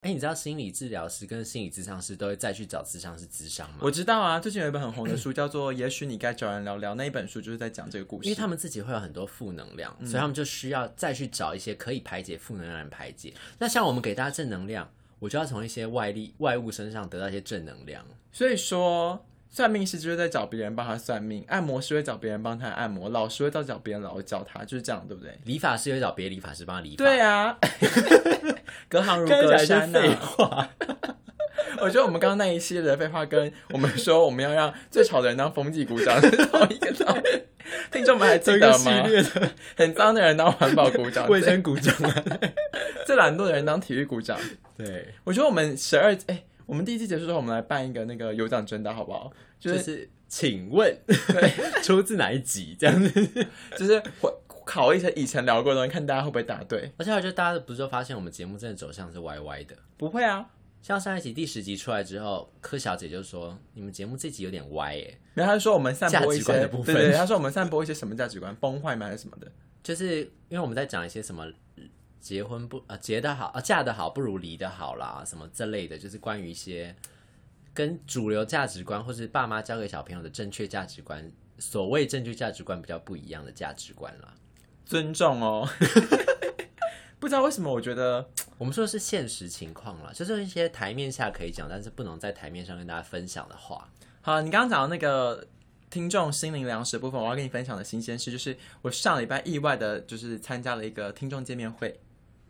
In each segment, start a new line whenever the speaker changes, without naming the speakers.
哎，你知道心理治疗师跟心理咨商师都会再去找咨商师咨商吗？
我知道啊，最近有一本很红的书叫做《也许你该找人聊聊》，那一本书就是在讲这个故事。
因为他们自己会有很多负能量，所以他们就需要再去找一些可以排解负能量的人排解。那像我们给大家正能量，我就要从一些外力、外物身上得到一些正能量。
所以说，算命师就是在找别人帮他算命，按摩师会找别人帮他按摩，老师会到找别人老教他，就是这样，对不对？
理发师会找别的理发师帮他理发，
对 啊，隔行如
刚
隔
才是
山呐、啊
废 话。
我觉得我们刚刚那一系列的废话，跟我们说我们要让最吵的人当风纪鼓掌是同一个道理。听众们还记得吗？
的
很脏的人当环保鼓掌，
卫
最
生鼓掌啊，
最懒惰的人当体育鼓掌。
对，
我觉得我们十二哎，我们第一季结束之后，我们来办一个那个有奖征答，好不好？就
就是 是请问出自哪一集这样 子？
就是回考一些以前聊过的东西，看大家会不会答对。
而且我觉得大家不是都发现我们节目真的走向是歪歪的，
不会啊，
像上一集第十集出来之后，柯小姐就说你们节目这集有点歪耶，
然后他说我们散播一
价值观
些，
的部分
对对，对他说我们散播一些什么价值观，崩坏吗还是什么的？
就是因为我们在讲一些什么呃结婚不啊结的好啊嫁的好不如离的好啦，什么这类的，就是关于一些跟主流价值观或是爸妈教给小朋友的正确价值观，所谓正确价值观比较不一样的价值观啦。
尊 重哦。不知道为什么，我觉得
我们说的是现实情况啦，就是一些台面下可以讲，但是不能在台面上跟大家分享的话。
好，你刚刚讲到那个听众心灵粮食的部分，我要跟你分享的新鲜事就是，我上礼拜意外的就是参加了一个听众见面会，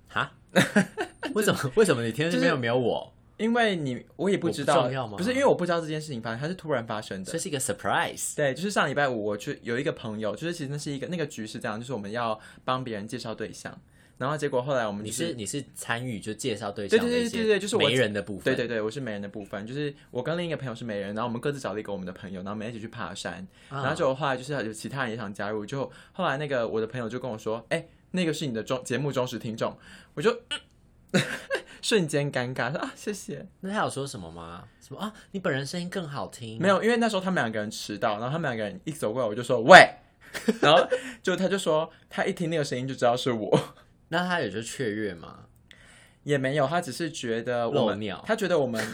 哈？ 为什么？为什么你听
就
这
是
边有没有我？
因为你我也不知道，
我不重要吗
是因为我不知道这件事情发生，它是突然发生的
这。是一个 surprise。
对，就是上礼拜五我去有一个朋友，就是其实那是一个那个局是这样，就是我们要帮别人介绍对象，然后结果后来我们
你
就是
你是参与就介绍对
对
象的
对
一
对对对
些
就是我
媒人的部分，
对对对，我是媒人的部分，就是我跟另一个朋友是媒人，然后我们各自找了一个我们的朋友，然后我们一起去爬山，
啊
然后就后来就是有其他人也想加入，就后来那个我的朋友就跟我说，哎、那个是你的忠节目忠实听众，我就、嗯 瞬间尴尬说啊，谢谢，
那他有说什么吗？什么啊？你本人声音更好听？
没，有，因为那时候他们两个人迟到，然后他们两个人一走过来，我就说喂， 然后就他就说他一听那个声音就知道是我。
那他也就雀跃嘛。
也没有，他只是觉得我
漏
们
尿，
他觉得我们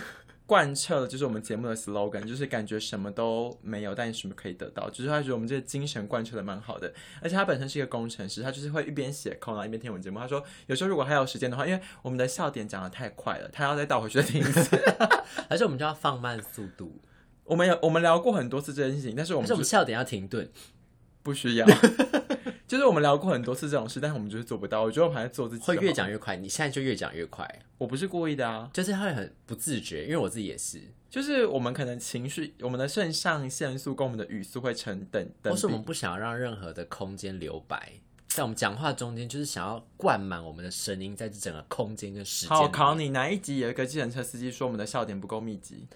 贯彻了就是 我们节目的 slogan，就是感觉什么都没有，但什么可以得到，就是他觉得我们这个精神贯彻的蛮好的。而且他本身是一个工程师，他就是会一边写空然后一边听我们节目。他说有时候如果还有时间的话，因为我们的笑点讲的太快了，他要再倒回去再听一次。
而且我们就要放慢速度，
我们有我们聊过很多次这件事情，但是我
而
们
且我
就
们笑点要停顿。
不需要。 就是我们聊过很多次这种事，但是我们就是做不到。我觉得我们还是做自己就
会
好。
越讲越快，你现在就越讲越快，
我不是故意的啊。
就是会很不自觉，因为我自己也是。
就是我们可能情绪，我们的肾上腺素跟我们的语速会成等等
或哦
比
是我们不想要让任何的空间留白，在我们讲话中间，就是想要灌满我们的声音在这整个空间跟时间。
好，考，你哪一集有一个计程车司机说我们的笑点不够密集？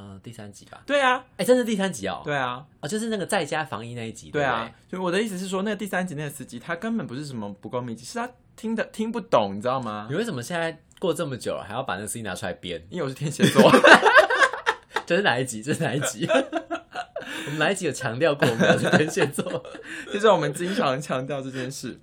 嗯、第三集吧。
对啊，
哎，真的第三集哦，
对啊，
哦，就是那个在家防疫那一集，
对
对不
啊。就我的意思是说，那个第三集那个司机他根本不是什么不够密集，是他听的听不懂，你知道吗
对。？你为什么现在过这么久了，还要把那个 C 拿出来编？
因为我是天蝎座，
这是哪一集？这是哪一集？ 我们哪一集有强调过我们要是天蝎座？
就是我们经常强调这件事。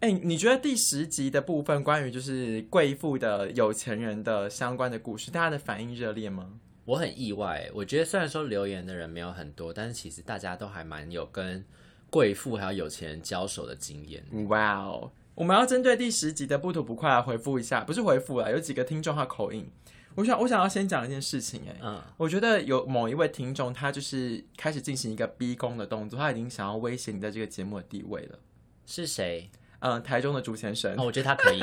哎、你觉得第十集的部分关于就是贵妇的有钱人的相关的故事，大家的反应热烈吗？
我很意外，欸我觉得虽然说留言的人没有很多，但是其实大家都还蛮有跟贵妇还有有钱人交手的经验。
哇哦！我们要针对第十集的不吐不快来回复一下，不是回复啦，有几个听众他口音，我想我想要先讲一件事情、哎，
嗯，
我觉得有某一位听众，他就是开始进行一个逼宫的动作，他已经想要威胁你在这个节目的地位了。
是谁？
嗯、台中的朱先生，
哦，我觉得他可以。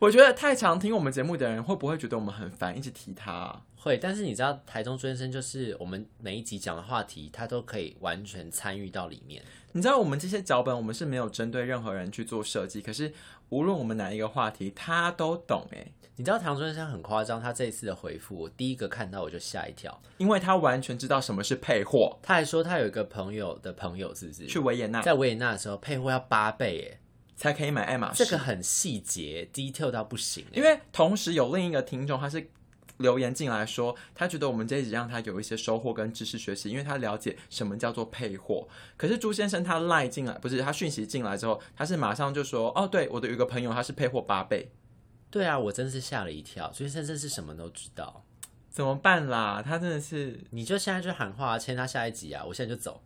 我觉得太常听我们节目的人会不会觉得我们很烦，一直提他、啊？
会，但是你知道台中先生就是我们每一集讲的话题，他都可以完全参与到里面。
你知道我们这些脚本，我们是没有针对任何人去做设计，可是无论我们哪一个话题，他都懂哎、
你知道唐先生很夸张，他这一次的回复，我第一个看到我就吓一跳。
因为他完全知道什么是配货。
他还说他有一个朋友的朋友，是不是？
去维也纳
在维也纳的时候配货要八倍耶，
才可以买爱马仕，
这个很细节，detail 到不行耶。
因为同时有另一个听众，他是留言进来说，他觉得我们这一集让他有一些收获跟知识学习，因为他了解什么叫做配货。可是朱先生他赖进来，不是他讯息进来之后，他是马上就说，哦，对，我的有一个朋友他是配货八倍，
对啊，我真是吓了一跳，所以深圳是什么都知道。
怎么办啦？他真的是
你就现在就喊话签他下一集啊，我现在就 走。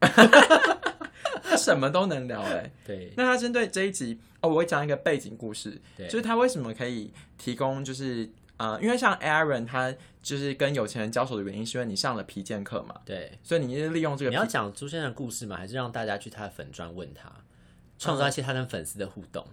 他什么都能聊哎、
对，
那他针对这一集哦，我会讲一个背景故事，
对
就是他为什么可以提供，就是呃，因为像 Aaron 他就是跟有钱人交手的原因，是因为你上了皮件课嘛，
对，
所以你就是利用这个
你
皮
要讲朱先生的故事吗？还是让大家去他的粉专问他，
呃
创造一些他跟粉丝的互动？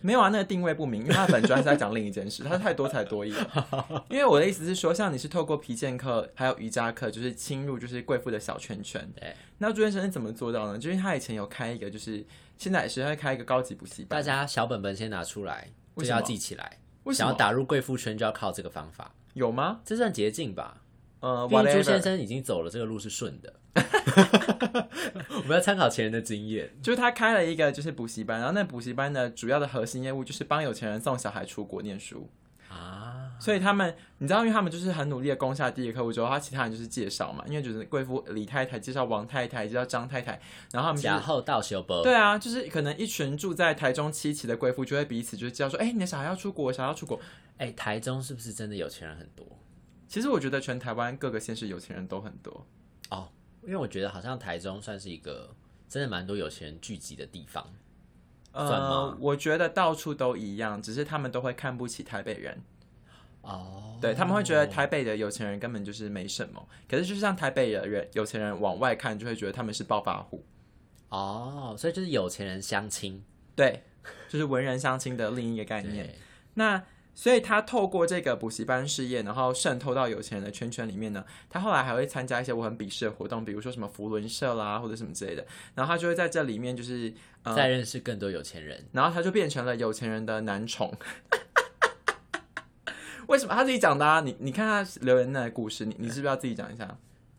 没有啊，那个定位不明，因为他本专是在讲另一 件事，他太多才多艺了。因为我的意思是说，像你是透过皮件课还有瑜伽课，就是侵入就是贵妇的小圈圈。
对，
那朱先生是怎么做到呢？就是他以前有开一个，就是现在也是会开一个高级补习
大
班。
家小本本先拿出来，这
为
个
什么
要记起来。
为什
想要
么
打入贵妇圈，就要靠这个方法，
有吗？
这算捷径吧？
呃
毕竟朱
，whatever
先。生已经走了，这个路是顺的。 我们要参考前人的经验。
就是他开了一个就是补习班，然后那补习班的主要的核心业务就是帮有钱人送小孩出国念书，
啊，
所以他们你知道，因为他们就是很努力的攻下第一个客户之后，他其他人就是介绍嘛，因为就是贵妇李太太介绍王太太，介绍张太太，然后他们就
假
嗯是。
后到修波，
对啊，就是可能一群住在台中七期的贵妇就会彼此就是介绍说，哎、你的小孩要出国，小孩要出国。
哎、台中是不是真的有钱人很多？
其实我觉得全台湾各个县市有钱人都很多，哦
因为我觉得好像台中算是一个真的蛮多有钱人聚集的地方。算
呃
吗，
我觉得到处都一样，只是他们都会看不起台北人。
哦，
对他们会觉得台北的有钱人根本就是没什么，可是就是像台北的人有钱人往外看，就会觉得他们是暴发户。
哦，所以就是有钱人相亲
对，就是文人相亲的另一个概念。
对
那所以他透过这个补习班事业，然后渗透到有钱人的圈圈里面呢。他后来还会参加一些我很鄙视的活动，比如说什么福伦社啦，或者什么之类的。然后他就会在这里面就是，呃
再认识更多有钱人。
然后他就变成了有钱人的男宠。 为什么他自己讲的啊？你你看他留言那个故事，你你是不是要自己讲一下？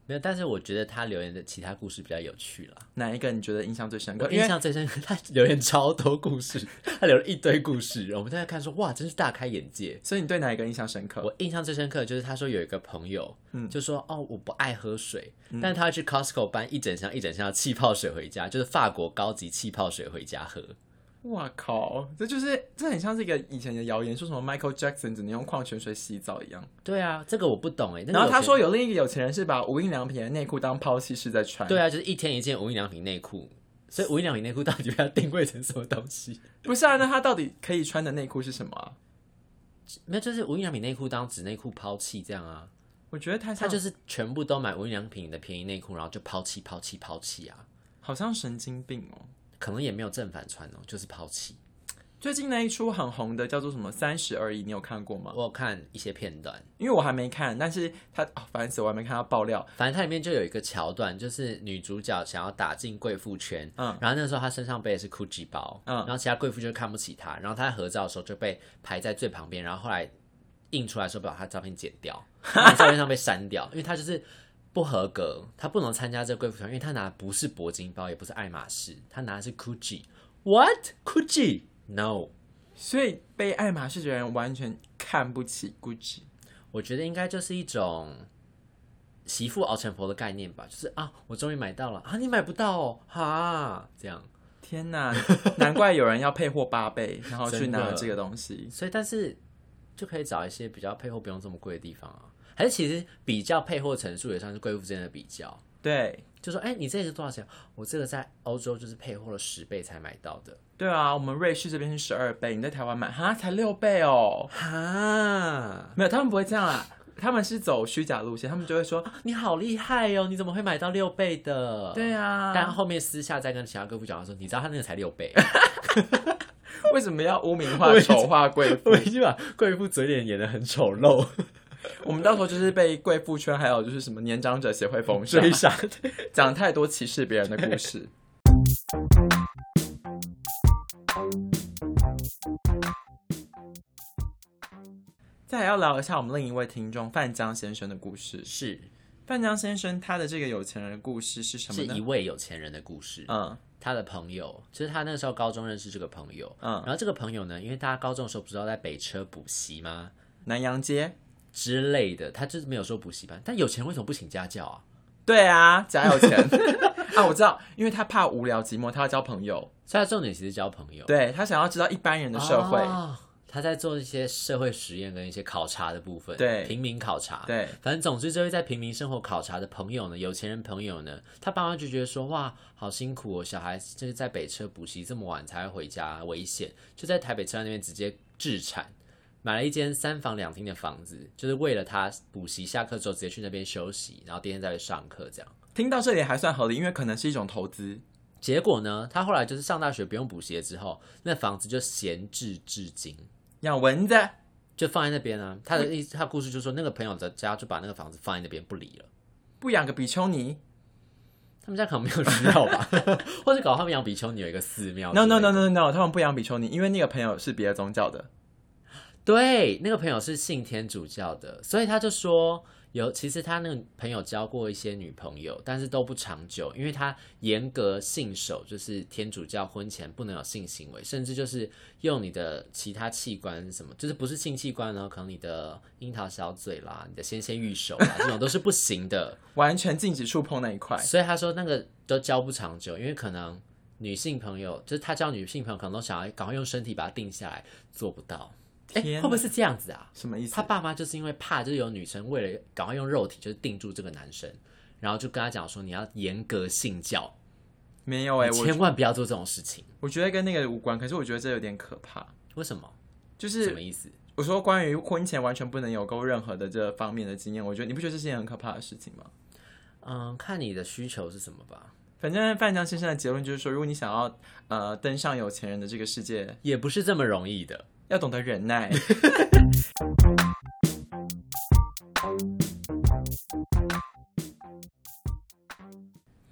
没有，但是我觉得他留言的其他故事比较有趣啦。
哪一个你觉得印象最深刻
我？
因
印
为
象最深 刻，他留言超多故事，他留了一堆故事，我们在看说哇，真是大开眼界。
所以你对哪一个印象深刻？
我印象最深刻的就是他说有一个朋友，
嗯
就说哦我不爱喝水，但他会去 Costco 搬一整箱一整箱的气泡水回家，就是法国高级气泡水回家喝。
哇靠，这就是这很像是一个以前的谣言，说什么 Michael Jackson 只能用矿泉水洗澡一样。
对啊，这个我不懂哎、那个
然后
有
他
钱
说有另一个有钱人是把无印良品的内裤当抛弃式在穿。
对，啊，就是一天一件无印良品内裤，所以无印良品内裤到底被它定位成什么东西？
不是啊，那他到底可以穿的内裤是什么啊？
没有，就是无印良品内裤当纸内裤抛弃这样啊，
我觉得他
他
像
就是全部都买无印良品的便宜内裤，然后就抛弃抛弃抛弃啊，
好像神经病哦。
可能也没有正反穿哦，就是抛弃。
最近那一出很红的叫做什么《三十而已》，你有看过吗？
我有看一些片段，
因为我还没看，但是他哦，烦死，我还没看他爆料。
反正它里面就有一个桥段，就是女主角想要打进贵妇圈，
嗯，
然后那时候她身上背的是 GUCCI 包，
嗯
然后其他贵妇就看不起她，然后她在合照的时候就被排在最旁边，然后后来印出来的时候把她照片剪 掉，然后照片上被删掉，因为她就是不合格，她不能参加这个贵妇圈，因为她拿的不是铂金包，也不是爱马仕，她拿的是 GUCCI，what GUCCI no。
所以被爱马仕的人完全看不起 GUCCI。
我觉得应该就是一种媳妇熬成婆的概念吧，就是啊，我终于买到了啊，你买不到哦，哈、这样。
天呐，难怪有人要配货 八倍，然后去拿
真的
这个东西。
所以，但是就可以找一些比较配货不用这么贵的地方啊，还是其实比较配货层数也算是贵妇之间的比较，
对，
就说哎、你这个多少钱？我这个在欧洲就是配货了十倍才买到的，
对啊，我们瑞士这边是十二倍，你在台湾买哈才六倍哦。
哈，
没有，他们不会这样啦，他们是走虚假路线，他们就会说，
你好厉害哦，你怎么会买到六倍的？
对。
但
啊，
后面私下再跟其他客户讲，他说：“你知道他那个才六倍，
为什么要污名化、丑化贵妇
我？已经把贵妇嘴脸演得很丑陋。”
我们到时候就是被贵妇圈还有就是什么年长者 协会封杀，
追杀。
讲太多歧视别人的故事。 再来要聊一下我们另一位听众范江先生的故事。
是
范江先生他的这个有钱人的故事是什么
是一
呢？
位有钱人的故事。
嗯
他的朋友，就是他那时候高中认识这个朋友，
嗯
然后这个朋友呢，因为大家高中的时候不是要在北车补习吗？
南洋街
之类的，他就是没有说补习班。但有钱人为什么不请家教啊？
对啊，家有钱 啊，我知道，因为他怕无聊寂寞，他要交朋友，
所以他重点其实交朋友，
对他想要知道一般人的社会，
哦他在做一些社会实验跟一些考察的部分，
对
平民考察，
对
反正总之，这位在平民生活考察的朋友呢，有钱人朋友呢，他爸妈就觉得说，哇，好辛苦哦，小孩就是在北车补习这么晚才会回家，危险，就在台北车站那边直接置产，买了一间三房两厅的房子，就是为了他补习下课之后直接去那边休息，然后第二天再去上课这样。
听到这里还算合理，因为可能是一种投资。
结果呢，他后来就是上大学不用补习了之后，那房子就闲置至今。
养蚊子，
就放在那边啊，他的意思，他的故事就是说，那个朋友的家就把那个房子放在那边不理了。
不养个比丘尼
他们家可能没有需要吧， 或者搞到他们养比丘尼有一个寺庙之类
？No
的。
No No No No，他们不养比丘尼，因为那个朋友是别的宗教的。
对，那个朋友是信天主教的，所以他就说有，其实他那个朋友交过一些女朋友，但是都不长久，因为他严格信守，就是天主教婚前不能有性行为，甚至就是用你的其他器官什么，就是不是性器官呢，可能你的樱桃小嘴啦，你的纤纤玉手啦，这种都是不行的。
完全禁止触碰那一块。
所以他说那个都交不长久，因为可能女性朋友就是他交女性朋友，可能都想要赶快用身体把它定下来，做不到。哎、
天哪
会不会是这样子啊？
什么意思
他？爸妈就是因为怕，就是有女生为了赶快用肉体就是定住这个男生，然后就跟他讲说你要严格信教，
没有哎、
你
我
千万不要做这种事情。
我觉得跟那个无关，可是我觉得这有点可怕。
为什么？
就
什么
是
意思？
我说关于婚前完全不能有过任何的这方面的经验，我觉得你不觉得这是件很可怕的事情吗？
嗯，看你的需求是什么吧。
反正范江先生的结论就是说，如果你想要呃登上有钱人的这个世界，
也不是这么容易的。
要懂得忍 耐。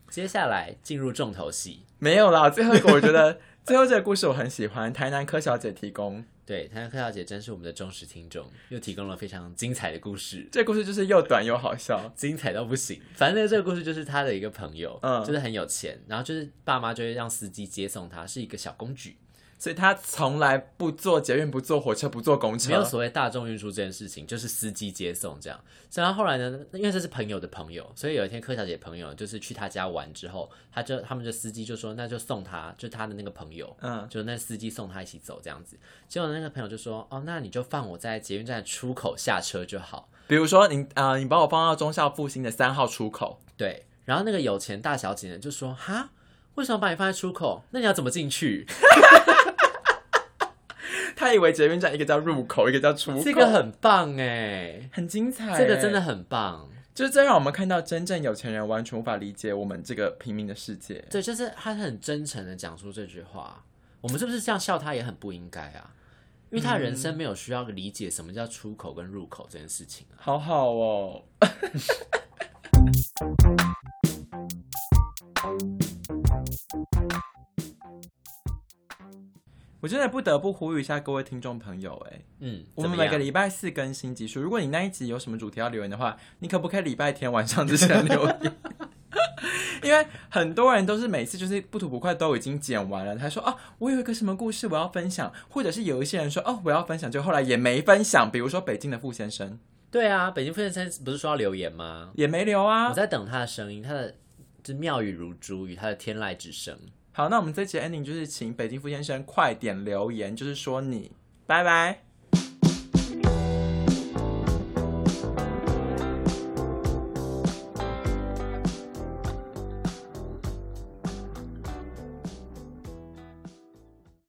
接下来进入重头戏，
没有啦，最后一个我觉得最后这个故事我很喜欢，台南柯小姐提供
对，谭柯小姐真是我们的忠实听众，又提供了非常精彩的故事。
这个故事就是又短又好笑。
精彩到不行。反正这个故事就是他的一个朋友，
嗯
就是很有钱，然后就是爸妈就会让司机接送他，是一个小公举，
所以她从来不坐捷运，不坐火车，不坐公
没有
车。
所谓大众运输这件事情，就是司机接送这样。所以他后来呢，因为这是朋友的朋友，所以有一天柯小姐朋友就是去他家玩之后，他就他们的司机就说，那就送他，就他的那个朋友，
嗯，
就那司机送他一起走这样子。结果那个朋友就说，哦，那你就放我在捷运站的出口下车就好。
比如说你啊、呃你把我放到中校复兴的三号出口，
对，然后那个有钱大小姐呢就说：“哈，为什么把你放在出口？那你要怎么进去？
他以为捷运站一个叫入口，一个叫出口，
这个很棒哎，
很精彩欸，
这个真的很棒。
就是这让我们看到真正有钱人完全无法理解我们这个平民的世界。
对，就是他很真诚的讲出这句话，我们是不是这样笑他也很不应该啊？因为他人
嗯
生没有需要理解什么叫出口跟入口这件事情啊。
好好哦， 我真的不得不呼吁一下各位听众朋友、哎，
嗯，
我
怎
们
么
每个
样
礼拜四更新集数。如果你那一集有什么主题要留言的话，你可不可以礼拜天晚上之前留言？ 因为很多人都是每次就是不吐不快都已经剪完了，他说哦，我有一个什么故事我要分享，或者是有一些人说哦我要分享，就后来也没分享。比如说北京的傅先生
对啊，北京傅先生不是说要留言吗？
也没留
我
啊。
在等他的声音，他的就是妙语如珠与他的天籁之声。
好，那我们这期 ending 就是请北京傅先生快点留言，就是说你拜拜。